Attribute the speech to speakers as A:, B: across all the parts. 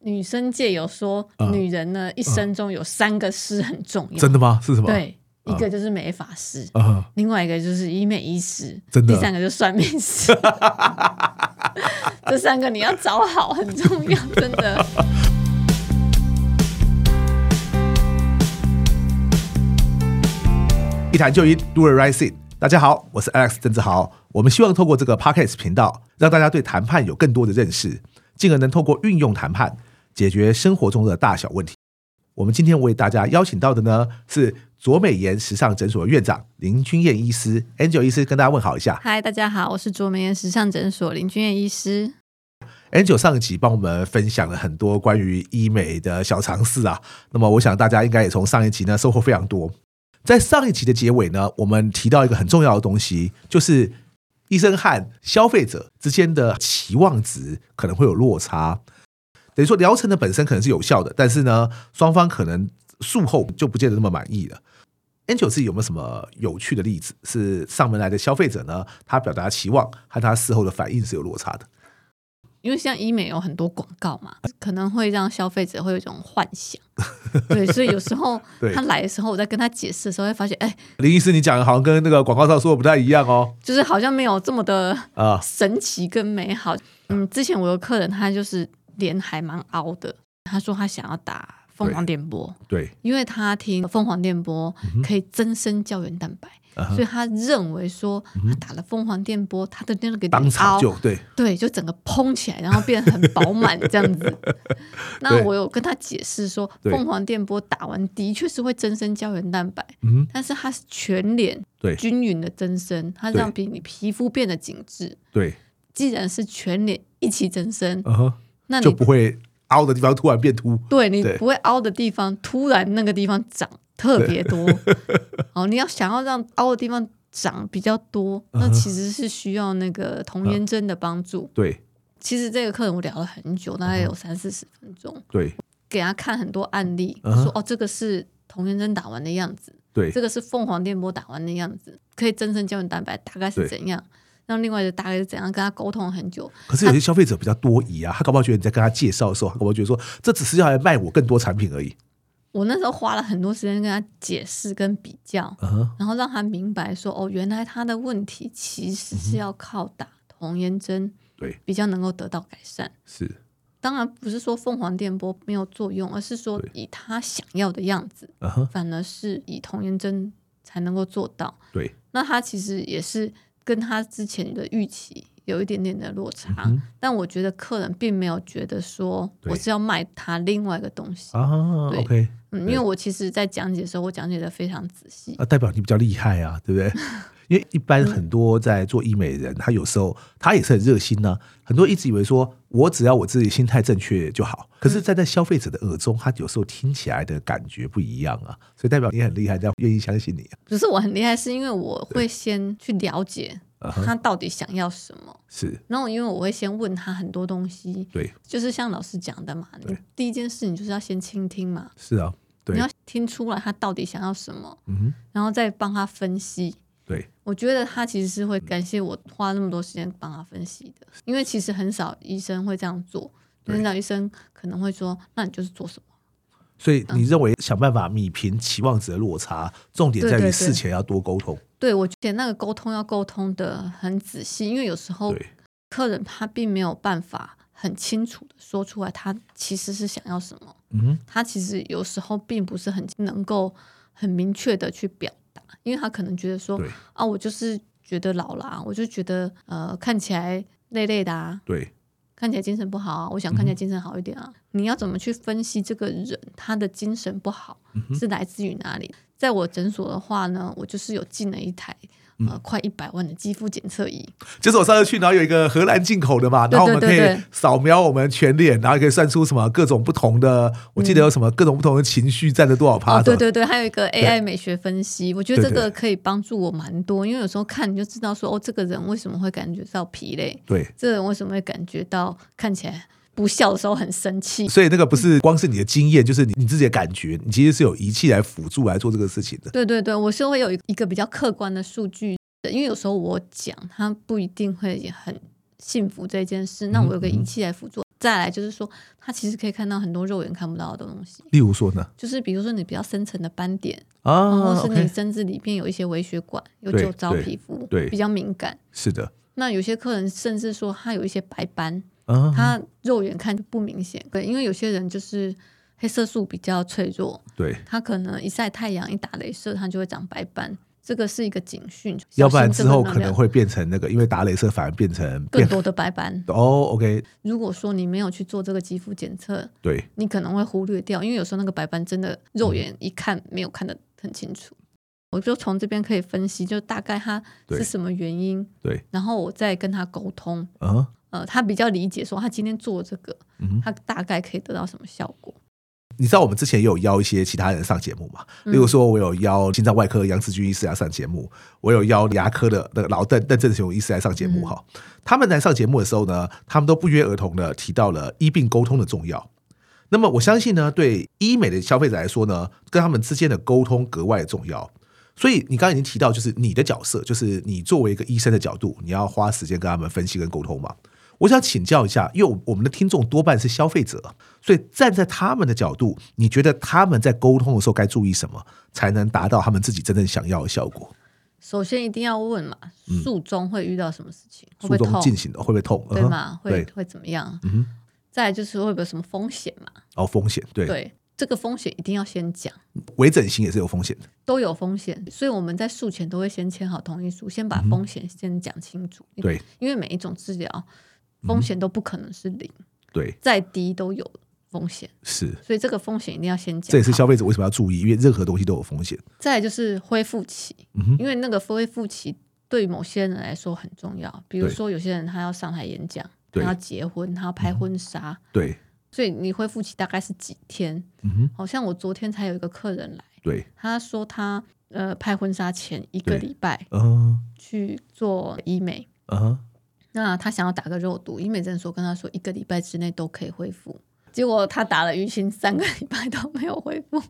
A: 女生界有说，
B: 嗯
A: 女人呢一生中有三个师很重要，
B: 真的吗？是什么？，
A: 对，一
B: 嗯
A: 个就是美发师，
B: 啊、哈
A: 另外一个就是医美医师，
B: 真的
A: 第三个就是算命师。 这三个你要找好，很重 要，真的。
B: 一谈就赢，Do it right thing。大家好，我是 Alex 郑志豪。我们希望透过这个 Podcast 频道，让大家对谈判有更多的认识，进而能透过运用谈判解决生活中的大小问题。我们今天为大家邀请到的呢是卓美妍时尚诊所的院长林君燕医师，Angel 医师跟大家问好一下。
A: 嗨，大家好，我是卓美妍时尚诊所林君燕医师。
B: Angel 上一集帮我们分享了很多关于医美的小常识啊，那么我想大家应该也从上一集呢收获非常多。在上一集的结尾呢，我们提到一个很重要的东西，就是医生和消费者之间的期望值可能会有落差。等于说疗程的本身可能是有效的，但是呢，双方可能术后就不见得那么满意了。Angel 自己有没有什么有趣的例子，是上门来的消费者呢，他表达期望和他事后的反应是有落差的？
A: 因为像医美有很多广告嘛，可能会让消费者会有一种幻想，对，所以有时候
B: 对
A: 他来的时候，我在跟他解释的时候，会发现，哎、
B: 林医师，你讲的好像跟那个广告上说的不太一样哦。
A: 就是好像没有这么的
B: 啊、
A: 神奇跟美好。嗯，之前我有客人，他就是脸还蛮凹的，他说他想要打凤凰电波，
B: 对，
A: 因为他听凤凰电波可以增生胶原蛋白，
B: 嗯哼嗯
A: 所以他认为说他打了凤凰电波，他的那个
B: 当
A: 脸
B: 场
A: 凹，
B: 就对，
A: 对，就整个蓬起来，然后变得很饱满这样 子。那我有跟他解释说，
B: 对
A: 凤凰电波打完的确是会增生胶原蛋白，
B: 嗯，
A: 但是它是全脸
B: 对
A: 均匀的增生，它让
B: 对
A: 皮你皮肤变得紧致。
B: 对，
A: 既然是全脸一起增生，
B: 嗯哼，
A: 那
B: 就
A: 你
B: 不会凹的地方突然变凸，
A: 对你
B: 对
A: 不会凹的地方，突然那个地方长特别 多。哦，你要想要让凹的地方长比较多，那
B: 嗯哼
A: 其实是需要那个童颜针的帮助。
B: 对
A: 其实这个客人我聊了很久，大概有三四十分钟，
B: 对
A: 给他看很多案例，
B: 嗯哼
A: 说哦，这个是童颜针打完的样子，
B: 对
A: 这个是凤凰电波打完的样子，可以增生胶原蛋白，大概是
B: 对
A: 怎样？然后另外就大概是怎样跟他沟通很久，
B: 可是有些消费者比较多疑啊，他搞不好觉得你在跟他介绍的时候，他搞不好觉得说这只是要来卖我更多产品而已。
A: 我那时候花了很多时间跟他解释跟比较，
B: 嗯哼，
A: 然后让他明白说哦，原来他的问题其实
B: 嗯
A: 是要靠打童颜针
B: 对，
A: 比较能够得到改善。
B: 是，
A: 当然不是说凤凰电波没有作用，而是说
B: 对
A: 以他想要的样子，
B: 嗯哼，
A: 反而是以童颜针才能够做到。
B: 对，
A: 那他其实也是跟他之前的预期有一点点的落差，
B: 嗯
A: 但我觉得客人并没有觉得说
B: 对
A: 我是要卖他另外一个东西，
B: 啊
A: 对
B: ，OK，
A: 嗯，因
B: 对啊
A: 为我其实在讲解的时候，我讲解的非常仔细，
B: 那代表你比较厉害啊，对 不对？因为一
A: 嗯
B: 般很多在做医美的人，他有时候他也是很热心呢、很多一直以为说我只要我自己心态正确就好，可
A: 嗯
B: 是站在消费者的耳中，他有时候听起来的感觉不一样啊，所以代表你很厉害，这样愿意相信你啊。
A: 不是我很厉害，是因为我会先去了解
B: 嗯哼
A: 他到底想要什么。
B: 是
A: 然后，因为我会先问他很多东西，
B: 对，
A: 就是像老师讲的嘛，你
B: 对
A: 第一件事你就是要先倾听嘛，
B: 是啊，对
A: 你，要听出来他到底想要什么，
B: 嗯哼，
A: 然后再帮他分析。
B: 对，
A: 我觉得他其实是会感谢我花那么多时间帮他分析的，因为其实很少医生会这样做。
B: 对
A: 很少医生可能会说：“那你就是做什么
B: 所以
A: 嗯
B: 你认为想办法弭平期望值的落差，重点在
A: 对
B: 于
A: 对
B: 事前要多沟通，？”
A: 对我觉得那个沟通要沟通的很仔细，因为有时候
B: 对
A: 客人他并没有办法很清楚的说出来，他其实是想要什么。
B: 嗯哼，
A: 他其实有时候并不是很能够很明确的去表达，因为他可能觉得说
B: 对
A: 啊，我就是觉得老啦，我就觉得呃看起来累累的啊，
B: 对
A: 看起来精神不好啊，我想
B: 嗯
A: 看起来精神好一点啊。你要怎么去分析这个人他的精神不好
B: 嗯
A: 是来自于哪里？在我诊所的话呢，我就是有进了一台
B: 嗯
A: 呃快一百万的肌肤检测仪，
B: 就是我上次去，然后有一个荷兰进口的嘛，
A: 对
B: 然后我们可
A: 对对
B: 以扫描我们全脸，然后可以算出什么各种不同的，我记得有什么各种不同的情绪占了多少趴
A: 哦，对
B: 的、
A: 对对，还有一个 AI 美学分析，我觉得
B: 对
A: 这
B: 对
A: 个可以帮助我蛮多，因为有时候看你就知道说，哦，这个人为什么会感觉到疲累，
B: 对
A: 这个人为什么会感觉到看起来不笑的时候很生气。
B: 所以那个不是光是你的经验，就是你你自己的感觉，你其实是有仪器来辅助来做这个事情的。
A: 对对对，我是会有一个比较客观的数据的，因为有时
B: 嗯
A: 候我讲他不一定会很幸福这件事，那我有个仪器来辅助。再来就是说，它其实可以看到很多肉眼看不到的东西，
B: 例如说呢
A: 就是比如说你比较深层的斑点，
B: 啊
A: 或哦是你
B: ，OK，
A: 甚至里面有一些微血管，有
B: 对
A: 酒糟
B: 对
A: 皮肤，
B: 对
A: 比较敏感。
B: 是的
A: 那有些客人甚至说他有一些白斑，
B: 啊，
A: 他肉眼看就不明显，对，因为有些人就是黑色素比较脆弱，
B: 对，
A: 他可能一晒太阳、一打镭射，他就会长白斑，这个是一个警讯。
B: 要不然
A: 小
B: 之
A: 心这
B: 后
A: 个
B: 可能
A: 能量
B: 会变成那个，因为打镭射反而变成
A: 更
B: 变
A: 多的白斑。
B: 哦，OK，
A: 如果说你没有去做这个肌肤检测，
B: 对，
A: 你可能会忽略掉，因为有时候那个白斑真的肉眼一看没有看得很清楚。我就从这边可以分析，就大概它
B: 对
A: 是什么原因，
B: 对，
A: 然后我再跟他沟通，
B: 啊，
A: 呃，他比较理解说他今天做这个，
B: 嗯哼。
A: 他大概可以得到什么效果。
B: 你知道我们之前也有邀一些其他人上节目嘛？
A: 嗯
B: 例如说，我有邀心脏外科杨志军医师来上节目，我有邀牙科的那个老邓邓正雄医师来上节目哈。他们来上节目的时候呢，他们都不约而同的提到了医病沟通的重要。那么我相信呢，对医美的消费者来说呢，跟他们之间的沟通格外重要。所以你刚刚已经提到，就是你的角色，就是你作为一个医生的角度，你要花时间跟他们分析跟沟通嘛。我想请教一下，因为我我们的听众多半是消费者，所以站在他们的角度，你觉得他们在沟通的时候该注意什么，才能达到他们自己真正想要的效果？
A: 首先一定要问嘛，术中会遇到什么事情，会不
B: 术
A: 会
B: 嗯中进
A: 痛，
B: 行的会不会痛？
A: 对
B: 嗯哼
A: 吗？会
B: 对，
A: 会怎么样？
B: 嗯哼，
A: 再来就是会不会有什么风险嘛？
B: 哦，风险对，
A: 对，这个风险一定要先讲，
B: 微整形也是有风险的。
A: 都有风险，所以我们在术前都会先签好同意书，先把风险先讲清楚。
B: 嗯对，嗯
A: 因为每一种治疗风险都不可能是零，
B: 对，
A: 再低都有风险，
B: 是，
A: 所以这个风险一定要先讲好。
B: 这也是消费者为什么要注意，因为任何东西都有风险。
A: 再来就是恢复期，
B: 嗯哼
A: 因为那个恢复期对某些人来说很重要，比如说有些人他要上台演讲，他
B: 对嗯
A: 要结婚，他要拍婚纱，
B: 对，
A: 所以你恢复期大概是几天？
B: 嗯哼，
A: 好像我昨天才有一个客人来，
B: 对，
A: 他说他呃拍婚纱前一个
B: 对
A: 礼拜
B: 嗯
A: 去做医美。
B: 嗯哼，
A: 那他想要打个肉毒，医美诊所跟他说一个礼拜之内都可以恢复，结果他打了淤青三个礼拜都没有恢复。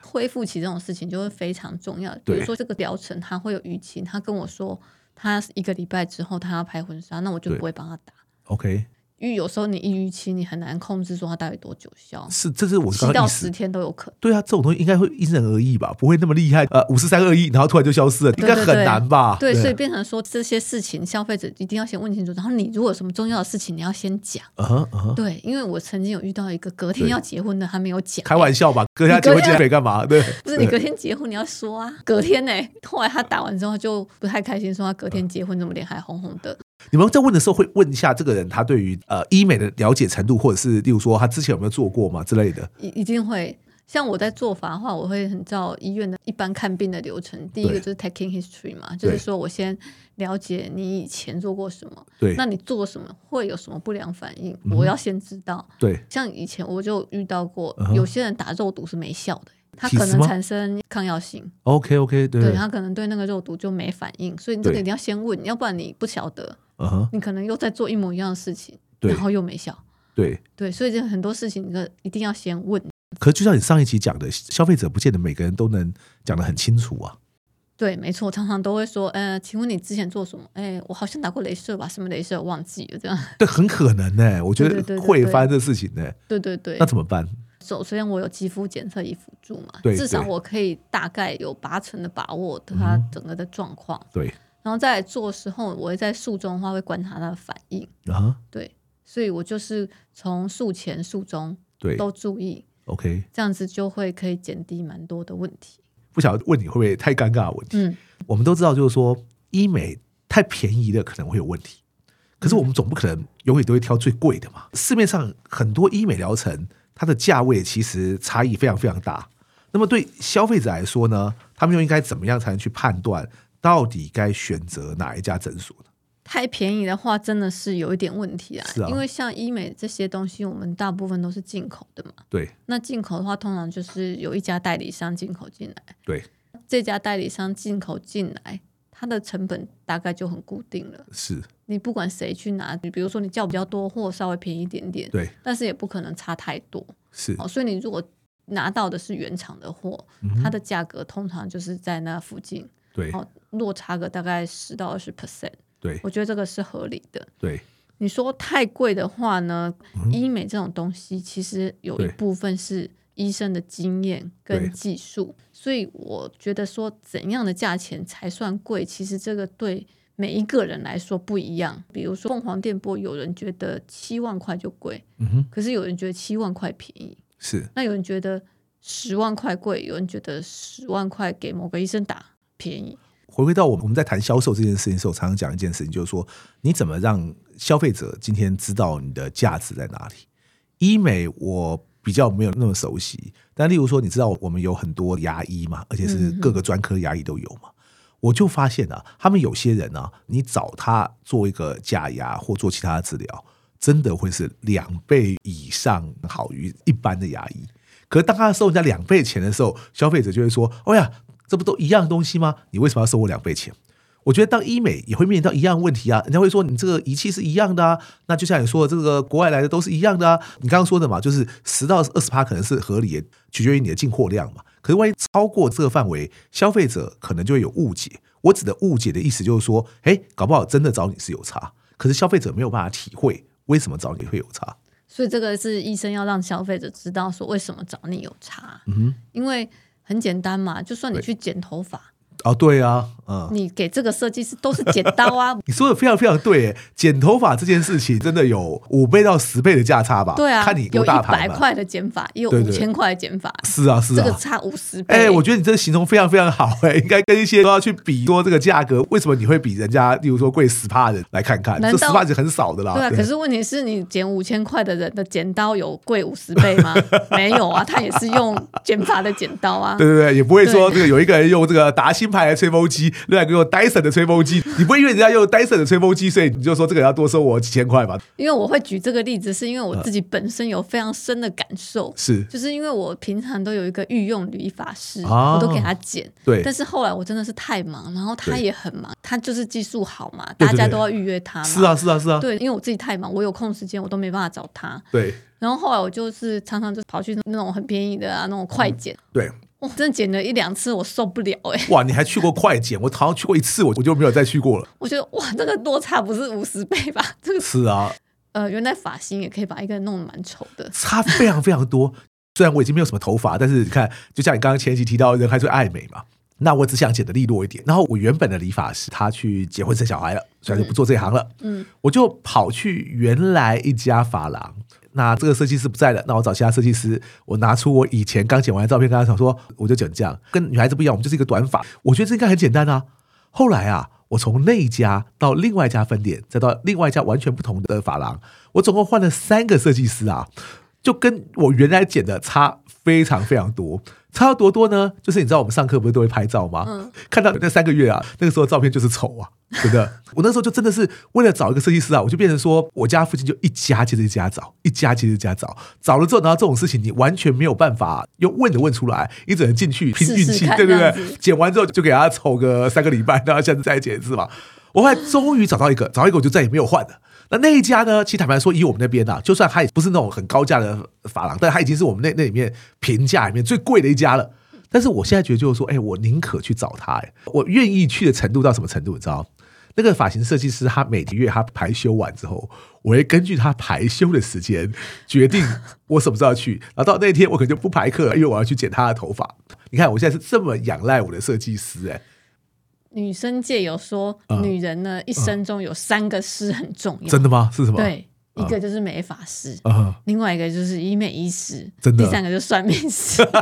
A: 恢复期这种事情就会非常重要，比
B: 对
A: 如说这个疗程他会有淤青，他跟我说他一个礼拜之后他要拍婚纱，那我就
B: 对
A: 不会帮他打，
B: ，OK，
A: 因为有时候你一淤青你很难控制说它到底多久消，
B: 是，这是我
A: 七
B: 刚刚
A: 到
B: 意思
A: 十。天都有可能。
B: 对啊，这种东西应该会因人而异吧，不会那么厉害。呃，五十三二一，然后突然就消失了，应
A: 对
B: 该
A: 对
B: 很
A: 对
B: 难吧？
A: 对，所以变成说这些事情，消费者一定要先问清楚。然后你如果有什么重要的事情，你要先讲。
B: 嗯哼嗯哼，
A: 对，因为我曾经有遇到一个隔天
B: 对
A: 要结婚的，他没有讲。
B: 开玩笑吧，哥下结婚结没干嘛？对，
A: 不是你隔天结婚，你要说 啊。隔天呢、后来他打完之后就不太开心，说他啊隔天结婚怎么脸还红红的。
B: 你们在问的时候会问一下这个人他对于呃医美的了解程度，或者是例如说他之前有没有做过嘛之类的。
A: 一一定会。像我在做法的话，我会很照医院的一般看病的流程。第一个就是 taking history 嘛，就是说我先了解你以前做过什么，
B: 对嗯
A: 那你做什么会有什么不良反应，
B: 哼
A: 我要先知道。
B: 对，
A: 像以前我就遇到过
B: 嗯，哼
A: 有些人打肉毒是没效的，他
B: 体
A: 可
B: 质
A: 能
B: 吗
A: 产生抗药性，
B: ，OK OK，对
A: 对他可能对那个肉毒就没反应，所以你这个
B: 对
A: 一定要先问，要不然你不晓得，
B: 嗯哼，
A: 你可能又在做一模一样的事情，
B: 对
A: 然后又没效。
B: 对。
A: 对，所以这很多事情，你一定要先问。
B: 可是就像你上一期讲的，消费者不见得每个人都能讲得很清楚啊。
A: 对，没错，常常都会说，呃，请问你之前做什么？哎，我好像打过镭射吧，什么镭射忘记了，这样。
B: 对，很可能呢、我觉
A: 对对
B: 得
A: 对对
B: 会
A: 对
B: 发生这事情呢、
A: 对对对
B: 那，怎么办？
A: 首首先我有肌肤检测仪辅助嘛，
B: 对
A: 至少
B: 对
A: 我可以大概有八成的把握
B: 嗯
A: 它整个的状况。
B: 对
A: 然后再来做的时候，我会在术中的话会观察它的反应，
B: 啊，
A: 对，所以我就是从术前、术中
B: 对
A: 都注意，
B: ，OK，
A: 这样子就会可以减低蛮多的问题。
B: 不想问你会不会太尴尬的问题。
A: 嗯，
B: 我们都知道，就是说医美太便宜的可能会有问题，可是我们总不可能永远都会挑最贵的嘛。市面上很多医美疗程，它的价位其实差异非常非常大。那么对消费者来说呢，他们又应该怎么样才能去判断到底该选择哪一家诊所呢？
A: 太便宜的话真的是有一点问题啊
B: 是啊
A: 因为像医美这些东西，我们大部分都是进口的嘛。
B: 对
A: 那进口的话，通常就是有一家代理商进口进来，
B: 对，
A: 这家代理商进口进来，它的成本大概就很固定了。
B: 是，
A: 你不管谁去拿，比如说你叫比较多或稍微便宜一点点，
B: 对
A: 但是也不可能差太多。
B: 是
A: 哦，所以你如果拿到的是原厂的货，
B: 嗯
A: 它的价格通常就是在那附近，
B: 对
A: 哦，落差个大概十到二十 percent，
B: 对
A: 我觉得这个是合理的。
B: 对
A: 你说太贵的话呢，医美这种东西其实有一
B: 嗯对
A: 部分是医生的经验
B: 对
A: 跟技术，所以我觉得说怎样的价钱才算贵，其实这个对每一个人来说不一样。比如说凤凰电波，有人觉得七万块就贵，
B: 嗯哼，
A: 可是有人觉得七万块便宜，
B: 是
A: 那有人觉得十万块贵，有人觉得十万块给某个医生打便宜。
B: 回归到我们我们在谈销售这件事情的时候，常常讲一件事情，就是说你怎么让消费者今天知道你的价值在哪里。医美我比较没有那么熟悉，但例如说，你知道我们有很多牙医嘛，而且是各个专科牙医都有嘛。我就发现啊，他们有些人啊，你找他做一个假牙或做其他的治疗，真的会是两倍以上好于一般的牙医。可是当他收人家两倍钱的时候，消费者就会说：“哎、呀，这不都一样东西吗？你为什么要收我两倍钱？”我觉得当医美也会面临到一样的问题啊，人家会说你这个仪器是一样的啊，那就像你说的，这个国外来的都是一样的啊。你刚刚说的嘛，就是十到二十趴可能是合理的，取决于你的进货量嘛。可是万一超过这个范围，消费者可能就会有误解。我指的误解的意思就是说，哎，搞不好真的找你是有差，可是消费者没有办法体会为什么找你会有差。
A: 所以这个是医生要让消费者知道说为什么找你有差，
B: 嗯哼啊
A: 因为很简单嘛，就算你
B: 对
A: 去剪头发，
B: 哦，对啊，嗯，，
A: 你给这个设计师都是剪刀啊
B: 你说的非常非常对，哎剪头发这件事情真的有五倍到十倍的价差吧？
A: 对啊，
B: 看你
A: 有
B: 多
A: 一
B: 大牌
A: 百
B: 嘛。
A: 块的剪法，也有
B: 对
A: 五
B: 对
A: 千块的剪法，
B: 是啊，是
A: 这
B: 啊，
A: 个差五十倍。
B: 哎、我觉得你这个形容非常非常好、哎，应该跟一些都要去比说这个价格，为什么你会比人家，例如说贵十帕的来看看，
A: 难
B: 这
A: 道
B: 十帕是很少的啦。
A: 对啊，可是问题是你剪五千块的人的剪刀有贵五十倍 吗？没有啊，他也是用剪法的剪刀啊。
B: 对对对，也不会说
A: 对
B: 这个有一个人用这个达新牌的吹风机，另外一个用 Dyson 的吹风机，你不会因为人家用 Dyson 的吹风机，所以你就说这个要多收我几千块吧？
A: 因为我会举这个例子，是因为
B: 嗯
A: 我自己本身有非常深的感受，
B: 是
A: 就是因为我平常都有一个御用理发师，
B: 啊
A: 我都给他剪。
B: 对
A: 但是后来我真的是太忙，然后他也很忙，他就是技术好嘛，
B: 对对
A: 大家都要预约他嘛。
B: 是啊是啊是啊，
A: 对，因为我自己太忙，我有空时间我都没办法找他。
B: 对
A: 然后后来我就是常常就跑去那种很便宜的啊，那种快剪，
B: 对，
A: 哇、真的剪了一两次我受不了哎、
B: 哇，你还去过快剪，我好像去过一次，我我就没有再去过了。
A: 我觉得哇，这个落差不是五十倍吧？这个
B: 是啊，
A: 呃，原来发型也可以把一个人弄得蛮丑的。
B: 差非常非常多。 虽然我已经没有什么头发，但是你看，就像你刚刚前期提到，人还是会爱美嘛。那我只想剪得利落一点。然后我原本的理发师他去结婚生小孩了，所以他就不做这一行了。
A: 嗯，
B: 我就跑去原来一家发廊。那这个设计师不在了，那我找其他设计师。我拿出我以前刚剪完的照片，跟他讲说，我就剪这样，跟女孩子不一样，我们就是一个短发。我觉得这应该很简单啊。后来啊，我从那一家到另外一家分店，再到另外一家完全不同的发廊，我总共换了三个设计师啊，就跟我原来剪的差非常非常多。差多多呢，就是你知道我们上课不是都会拍照吗？
A: 嗯
B: 看到那三个月啊，那个时候照片就是丑 啊，真的。我那时候就真的是为了找一个设计师啊，我就变成说我家附近就一家接着一家找，一家接着一家找，找了之后，然后这种事情你完全没有办法用问的问出来，你只能进去拼运
A: 试
B: 气，
A: 试看
B: 对不
A: 这
B: 对
A: 样子？
B: 剪完之后就给他丑个三个礼拜，然后下次再剪一次嘛。我后来终于找到一个，找到一个我就再也没有换了。那那一家呢？其实坦白说，以我们那边啊，就算它也不是那种很高价的发廊，但它已经是我们那那里面平价里面最贵的一家了。但是我现在觉得就是说，哎、我宁可去找他、哎，我愿意去的程度到什么程度？你知道，那个发型设计师他每个月他排休完之后，我会根据他排休的时间决定我什么时候要去，然后到那天我可能就不排课了，因为我要去剪他的头发。你看我现在是这么仰赖我的设计师、哎，
A: 女生界有说，
B: 嗯
A: 女人呢一生中有三个师很重要，
B: 真的吗？是什么？，
A: 嗯对，
B: 嗯
A: 一个就是美发师，
B: 啊、
A: 另外一个就是医美医师，
B: 真的
A: 第三个就是算命师。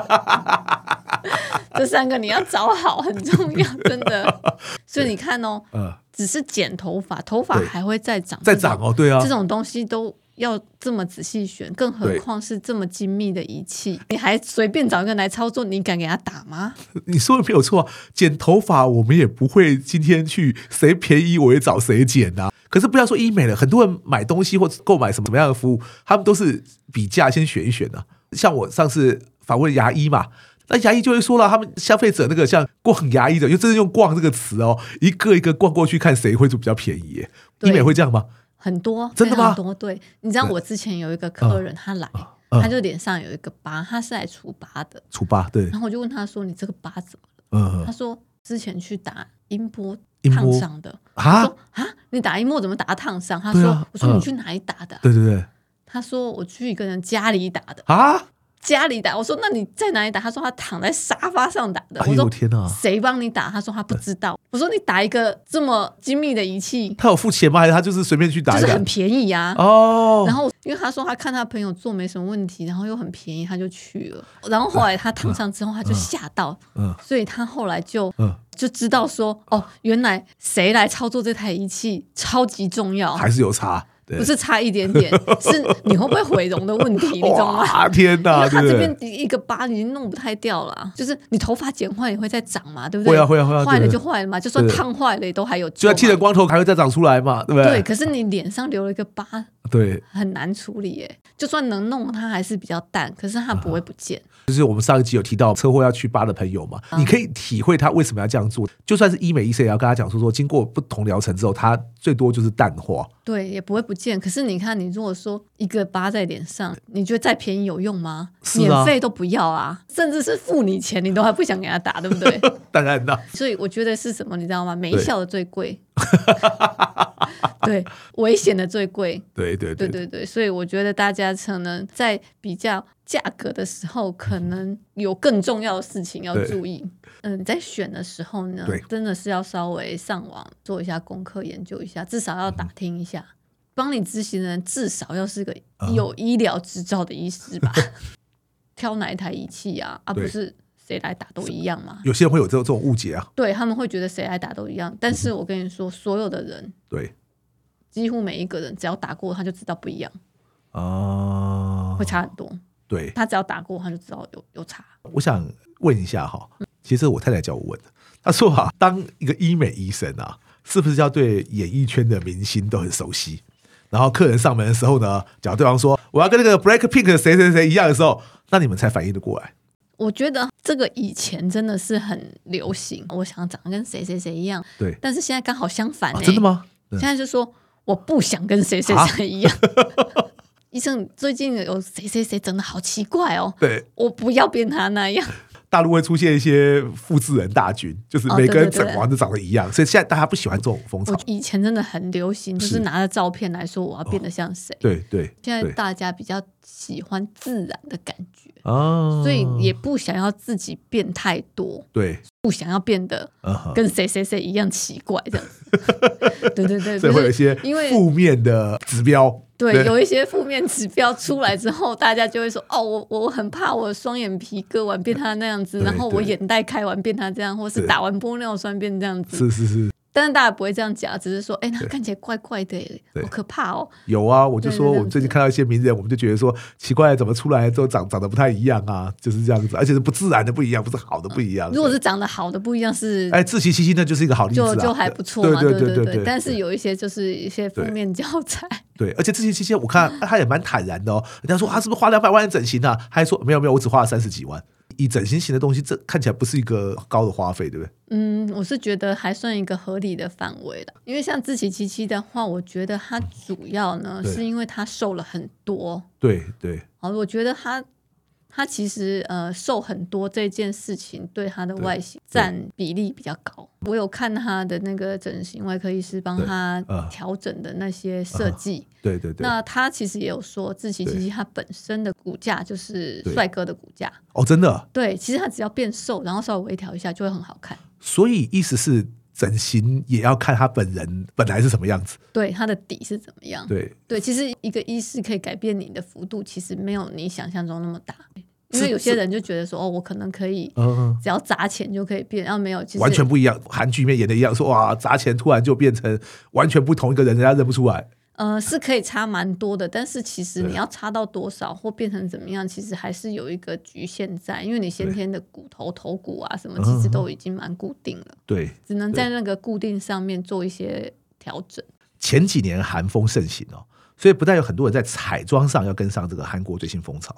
A: 这三个你要找好，很重要，真的。所以你看哦，
B: 呃，
A: 只是剪头发，头发
B: 对
A: 还会再长，
B: 在涨哦，对啊
A: 这种，这，种东西都。要这么仔细选，更何
B: 对况
A: 况是这么精密的仪器，你还随便找一个人来操作，你敢给他打吗？
B: 你说的没有错啊，剪头发我们也不会今天去谁便宜我也找谁剪啊。可是不要说医美了，很多人买东西或购买什么什么样的服务，他们都是比价先选一选的、像我上次访问牙医嘛。那牙医就会说了，他们消费者那个像逛牙医的，就真的用“逛”这个词哦，一个一个逛过去看谁会就比较便宜耶。
A: 对
B: 医美会这样吗？
A: 很多，
B: 真的吗啊
A: 非常多，对，你知道我之前有一个客人，他来，
B: 嗯
A: 他就脸上有一个疤，他是来除疤的。
B: 除疤对，
A: 然后我就问他说：“你这个疤怎么了？”
B: 嗯
A: 他说：“之前去打音波
B: 音
A: 烫
B: 波
A: 伤的。
B: 啊
A: 说，啊，你打一墨怎么打烫伤？他
B: 对
A: 说，
B: 啊
A: 我说
B: 嗯
A: 你去哪里打的啊、
B: 对对对，
A: 他说我去一个人家里打的，
B: 啊，
A: 家里打。我说那你在哪里打？他说他躺在沙发上打的。
B: 哎
A: 我
B: 呦
A: 说
B: 天哪，
A: 谁帮你打？他说他不知道。我说你打一个这么精密的仪器，
B: 他有付钱吗？还是他就是随便去打
A: 就
B: 一
A: 是
B: 打
A: 很？便宜啊呀、
B: 哦，
A: 然后，因为他说他看他朋友做没什么问题，然后又很便宜，他就去了。然后后来他烫伤之后，他就吓到，
B: 嗯
A: 所以他后来就
B: 嗯，
A: 就知道说，哦，原来谁来操作这台仪器超级重要，
B: 还是有差，对
A: 不，是差一点 点，是你会不会毁容的问题，你懂吗？
B: 哇，天
A: 因
B: 哪，
A: 为
B: 对
A: 他
B: 不
A: 这
B: 对
A: 边？一个疤已经弄不太掉了啊，就是你头发剪坏也会再长嘛，对不对？
B: 会啊会啊会啊，
A: 坏了
B: 对
A: 就坏了嘛，就算
B: 对
A: 烫坏了也都还有
B: 就
A: 救
B: 要
A: 嘛。
B: 剃了光头还会再长出来嘛，对不
A: 对，
B: 对？
A: 可是你脸上留了一个疤，
B: 对，
A: 很难处理耶。就算能弄，它还是比较淡，可是它
B: 啊
A: 不会不见。
B: 就是我们上一集有提到车祸要去疤的朋友嘛，
A: 嗯
B: 你可以体会他为什么要这样做。就算是医美医生，也要跟他讲说说，经过不同疗程之后，他最多就是淡化。
A: 对，也不会不见。可是你看，你如果说一个疤在脸上，你觉得再便宜有用吗？
B: 是
A: 免
B: 啊
A: 费都不要啊，甚至是付你钱，你都还不想给他打，对不 对？
B: 当然啦，
A: 所以我觉得是什么，你知道吗？没效的最贵，对，危险的最贵，
B: 对对
A: 对
B: 对
A: 对对。所以我觉得大家可能在比较价格的时候，可能有更重要的事情要
B: 嗯对
A: 注意。嗯，在选的时候呢
B: 对，
A: 真的是要稍微上网做一下功课，研究一下，至少
B: 嗯
A: 要打听一下。帮你执行的人至少要是个
B: 嗯
A: 有医疗执照的医师 吧，挑哪一台仪器啊？啊，不
B: 对
A: 是谁来打都一样嘛。
B: 有些人会有这种这种误解啊，
A: 对他们会觉得谁来打都一样，
B: 嗯
A: 但是我跟你说，所有的人
B: 对
A: 几乎每一个人，只要打过他就知道不一样，
B: 啊
A: 会，差很多。
B: 对，
A: 他只要打过他就知道有有差。
B: 我想问一下哈，其实我太太叫我问的，她说啊，当一个医美医生啊，是不是要对演艺圈的明星都很熟悉？然后客人上门的时候呢，假如对方说我要跟那个 Black Pink 的谁谁谁一样的时候，那你们才反应的过来。
A: 我觉得这个以前真的是很流行，我想长得跟谁谁谁一样，
B: 对，
A: 但是现在刚好相反、
B: 啊、
A: 欸
B: 真的？吗？对啊
A: 现在就说我不想跟谁谁谁一样。医生最近有谁谁谁长得好奇怪哦，
B: 对，
A: 我不要变他那 样。
B: 大陆会出现一些复制人大军，就是
A: 哦
B: 每
A: 对
B: 个人
A: 对对
B: 整完都长得一样，所以现在大家不喜欢这种风潮
A: 我。以前真的很流行，就是
B: 是
A: 拿着照片来说我要变得像谁。
B: 对对
A: 现在
B: 对
A: 大家比较喜欢自然的感觉，
B: 啊，
A: 所以也不想要自己变太多，
B: 对，
A: 不想要变得
B: 嗯哼，
A: 跟谁谁谁一样奇怪这 样子。对对对，
B: 所以会有一
A: 就是
B: 些
A: 因为
B: 负面的指标。
A: 对有一些负面指标出来之后，大家就会说：“哦，我我很怕我双眼皮割完变他那样子，
B: 对
A: 然后我
B: 对
A: 眼袋开完变他这样，或是
B: 对
A: 打完玻尿酸变这样子。
B: 是是是，”
A: 但是大家不会这样讲，只是说：“哎，他
B: 对
A: 看起来怪怪的耶，
B: 对
A: 好可怕哦。”
B: 有啊，我就
A: 对
B: 说
A: 对
B: 我们最近
A: 对
B: 看到一些名人，我们就觉得说奇怪，怎么出来之后长长得不太一样啊？就是这样子，而且是不自然的不一样，不是好的不一样。
A: 如果是长得好的不一样是
B: 哎，自欺欺欺那就是一个好例子啊，
A: 就就还不错嘛，
B: 对
A: 对
B: 对
A: 对。但是
B: 对
A: 有一些就是一些负面教材，
B: 对，而且自欺欺欺，我看哎他也蛮坦然的哦。人家说他是不是花两百万整形啊？他还说没有没有，我只花了三十几万。以整形型的东西，这看起来不是一个高的花费，对不对？
A: 嗯，我是觉得还算一个合理的范围了。因为像自己七七的话，我觉得他主要呢
B: 对
A: 是因为他瘦了很多，
B: 对对
A: 好，我觉得他他其实呃瘦很多这件事情对他的外形占比例比较高。我有看他的那个整形外科医师帮
B: 对
A: 他
B: 啊
A: 调整的那些设计。
B: 对对对。
A: 那他其实也有说，自欺欺欺他本身的骨架就是
B: 对
A: 帅哥的骨架。
B: 哦，真的，
A: 对，其实他只要变瘦，然后稍微微调一下，就会很好看。
B: 所以意思是整形也要看他本人本来是什么样子。
A: 对，他的底是怎么样？
B: 对，
A: 对，其实一个医师可以改变你的幅度，其实没有你想象中那么大。因
B: 是
A: 为有些
B: 是
A: 人就觉得说，哦，我可能可以
B: 嗯嗯。
A: 只要砸钱就可以变，然啊后没有，其实
B: 完全不一样，韩剧里面演的一样，说哇砸钱突然就变成完全不同一个人，人家认不出来。
A: 呃是可以差蛮多的，但是其实
B: 对啊
A: 你要差到多少或变成怎么样，其实还是有一个局限在，因为你先
B: 对
A: 天的骨头、头骨啊什么，
B: 嗯
A: 其实
B: 嗯
A: 都已经蛮固定了。
B: 对，
A: 只能
B: 对
A: 在那个固定上面做一些调整。
B: 前几年韩风盛行哦，所以不但有很多人在彩妆上要跟上这个韩国最新风潮，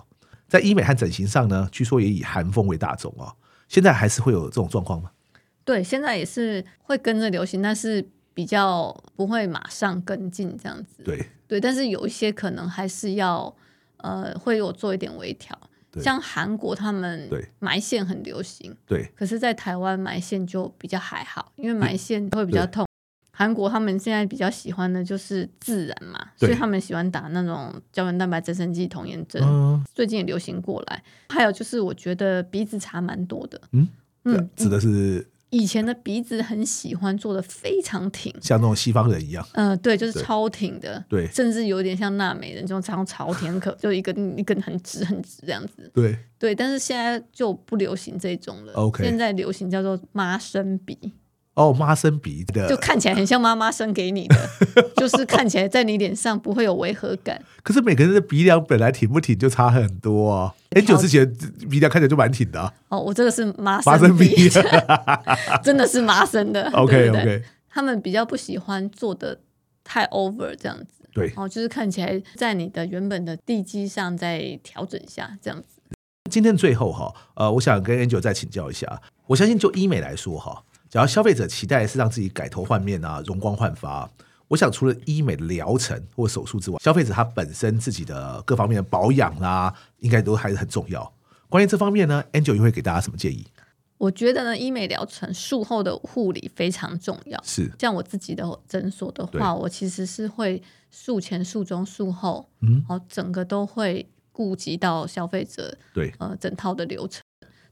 B: 在医美和整形上呢，据说也以韩风为大众哦。现在还是会有这种状况吗？
A: 对，现在也是会跟着流行，但是比较不会马上跟进这样子。
B: 对
A: 呃对但是有一些可能还是要呃会有做一点微调。
B: 对
A: 像韩国他们
B: 对
A: 埋线很流行，
B: 对
A: 可是，在台湾埋线就比较还好，因为埋线会比较痛。韩国他们现在比较喜欢的就是自然嘛，所
B: 对
A: 以他们喜欢打那种胶原蛋白增生剂、童颜针，
B: 嗯，
A: 最近也流行过来。还有就是，我觉得鼻子查蛮多的，
B: 嗯
A: 嗯，
B: 指的是
A: 以前的鼻子很喜欢做的非常挺，
B: 像那种西方人一样，
A: 嗯、对，就是
B: 对
A: 超挺的，
B: 对
A: 甚至有点像纳美人这种常朝天可， 就一根一根很直很直这样子。
B: 对，
A: 对，但是现在就不流行这种了。
B: OK
A: 现在流行叫做妈生鼻，
B: 哦，妈生鼻的，
A: 就看起来很像妈妈生给你 的，就是看起来在你脸上不会有违和感。
B: 可是每个人的鼻梁本来挺不挺就差很多啊。很久之前鼻梁看起来就蛮挺的、啊，
A: 哦，我这个是妈
B: 麻
A: 生
B: 生鼻。
A: 真的是妈生的。
B: OK
A: 对对
B: OK，
A: 他们比较不喜欢做的太 over 这样子。
B: 对。
A: 哦，就是看起来在你的原本的地基上再调整一下，这样子。
B: 今天最后哈，呃，我想跟 Angel 再请教一下，我相信就医美来说哈，只要消费者期待是让自己改头换面啊，容光焕发、我想除了医美疗程或手术之外，消费者他本身自己的各方面的保养啦、应该都还是很重要。关于这方面呢，Angel 又会给大家什么建议？
A: 我觉得呢，医美疗程术后的护理非常重要。
B: 是
A: 像我自己的诊所的
B: 对
A: 话，我其实是会术前、术中、术后，
B: 嗯
A: 然后整个都会顾及到消费者
B: 对
A: 呃整套的流程。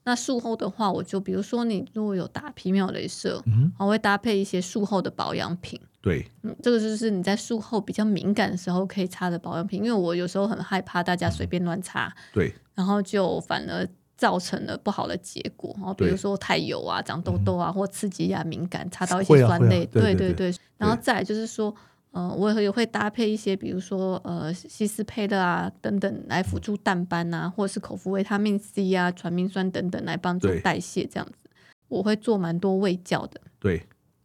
A: 那术后的话，我就比如说你如果有打皮秒镭射，哦
B: 嗯
A: 我会搭配一些术后的保养品。
B: 对
A: 嗯，这个就是你在术后比较敏感的时候可以擦的保养品，因为我有时候很害怕大家随便乱擦，
B: 对
A: 然后就反而造成了不好的结果。然后比
B: 对嗯
A: 如说太油啊、长痘痘啊，或刺激啊、敏感，擦到一
B: 会
A: 些
B: 啊
A: 酸
B: 会啊
A: 类，
B: 对对
A: 对
B: 对
A: 对。然后再来就是说，呃，我也会搭配一些，比如说呃西斯佩勒啊等等来辅助淡斑啊，或者是口服维他命 C 啊、传明酸等等来帮助
B: 对
A: 代谢这样子。我会做蛮多胃教的。
B: 对，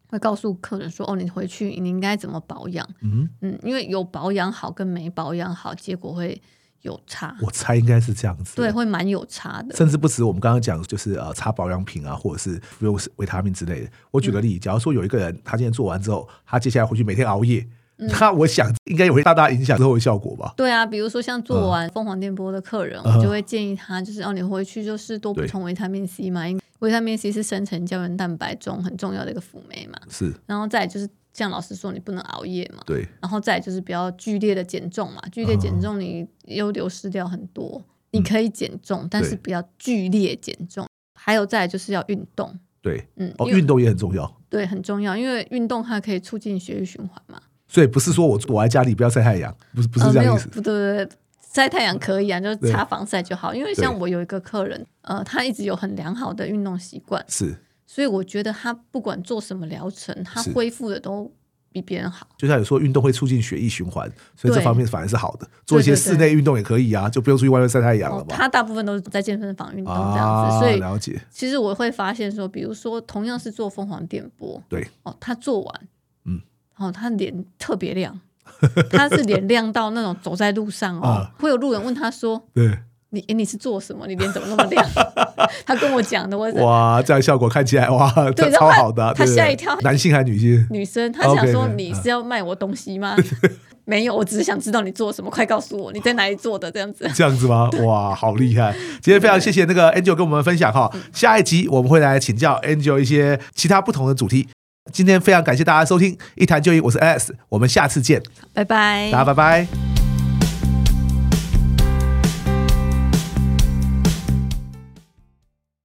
A: 会告诉客人说：“哦，你回去你应该怎么保养？
B: 嗯，
A: 嗯，因为有保养好跟没保养好，结果会有差，
B: 我猜应该是这样子。
A: 对，会蛮有差的。
B: 甚至不止我们刚刚讲，就是呃擦保养品啊，或者是服用维他命之类的。我举
A: 嗯
B: 个例，假如说有一个人他今天做完之后，他接下来回去每天熬夜，
A: 嗯
B: 那我想应该也会大大影响之后的效果吧。
A: 对啊，比如说像做完凤凰电波的客人，
B: 嗯
A: 我就会建议他，就是哦，你回去就是多补
B: 对
A: 充维他命 C 嘛，因为维他命 C 是生成胶原蛋白中很重要的一个辅酶嘛。
B: 是，
A: 然后再来就是像老师说，你不能熬夜嘛，
B: 对，
A: 然后再来就是比较剧烈的减重嘛，剧烈
B: 嗯
A: 减重你又流失掉很多，你可以减重，但是不要剧烈减重。还有再来就是要运动，
B: 对。
A: 嗯，
B: 哦，
A: 因为
B: 运动也很重要，
A: 对很重要，因为运动它可以促进血液循环嘛。
B: 所以不是说我我在家里不要晒太阳，不是不是
A: 呃
B: 这
A: 没
B: 样
A: 有
B: 意思。
A: 不对对对，晒太阳可以啊，就是
B: 对
A: 擦防晒就好。因为像
B: 对
A: 我有一个客人，呃，他一直有很良好的运动习惯，
B: 是，
A: 所以我觉得他不管做什么疗程，他
B: 是
A: 恢复的都比别人好。
B: 就像有说运动会促进血液循环，所以这
A: 对
B: 方面反而是好的。做一些
A: 对对
B: 室内运动也可以啊，就不用出去外面晒太阳了
A: 哦，
B: 嘛。
A: 他大部分都是在健身哦房运动这样子，
B: 啊，
A: 所以
B: 了解，
A: 其实我会发现说，比如说同样是做凤凰电波，
B: 对，
A: 哦，他做完，
B: 嗯，
A: 哦，他脸特别亮，他是脸亮到那种走在路上哦，
B: 啊
A: 会有路人问他说
B: 对，：“
A: 你诶你是做什么？你脸怎么那么 亮？”他跟我讲的，我
B: 哇，这样效果看起来哇，这
A: 然后
B: 超
A: 他
B: 好的啊，
A: 他
B: 对不
A: 吓
B: 对
A: 一跳
B: 男性还是女性？
A: 女生，她想说
B: OK，OK，
A: 你
B: 啊
A: 是要卖我东西 吗？没有，我只是想知道你做什么，快告诉我你在哪里做的这样子。
B: 这样 子吗？哇，好厉害！今天非常谢谢那个 Angel 跟我们分享哈，下一集我们会来请教 Angel 一些其他不同的主题。今天非常感谢大家收听《一谈就赢》，我是 Alex，我们下次见，
A: 拜拜，
B: 大家拜拜。